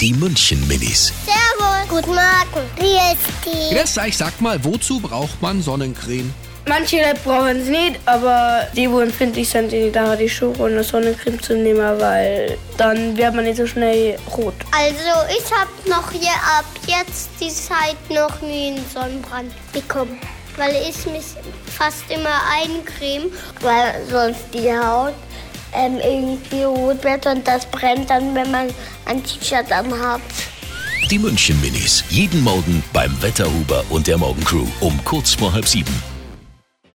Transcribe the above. Die München Minis. Servus. Guten Morgen. Wie ist die? Grüß euch, sag mal, wozu braucht man Sonnencreme? Manche Leute brauchen es nicht, aber die, wo empfindlich sind, die da die Schuhe und eine Sonnencreme zu nehmen, weil dann wird man nicht so schnell rot. Also ich habe noch hier ab jetzt die Zeit noch nie einen Sonnenbrand bekommen. Weil ich mich fast immer eincreme. Weil sonst die Haut ähm, irgendwie rot wird und das brennt dann, wenn man ein T-Shirt anhat. Die München Minis. Jeden Morgen beim Wetterhuber und der Morgencrew um kurz vor halb sieben.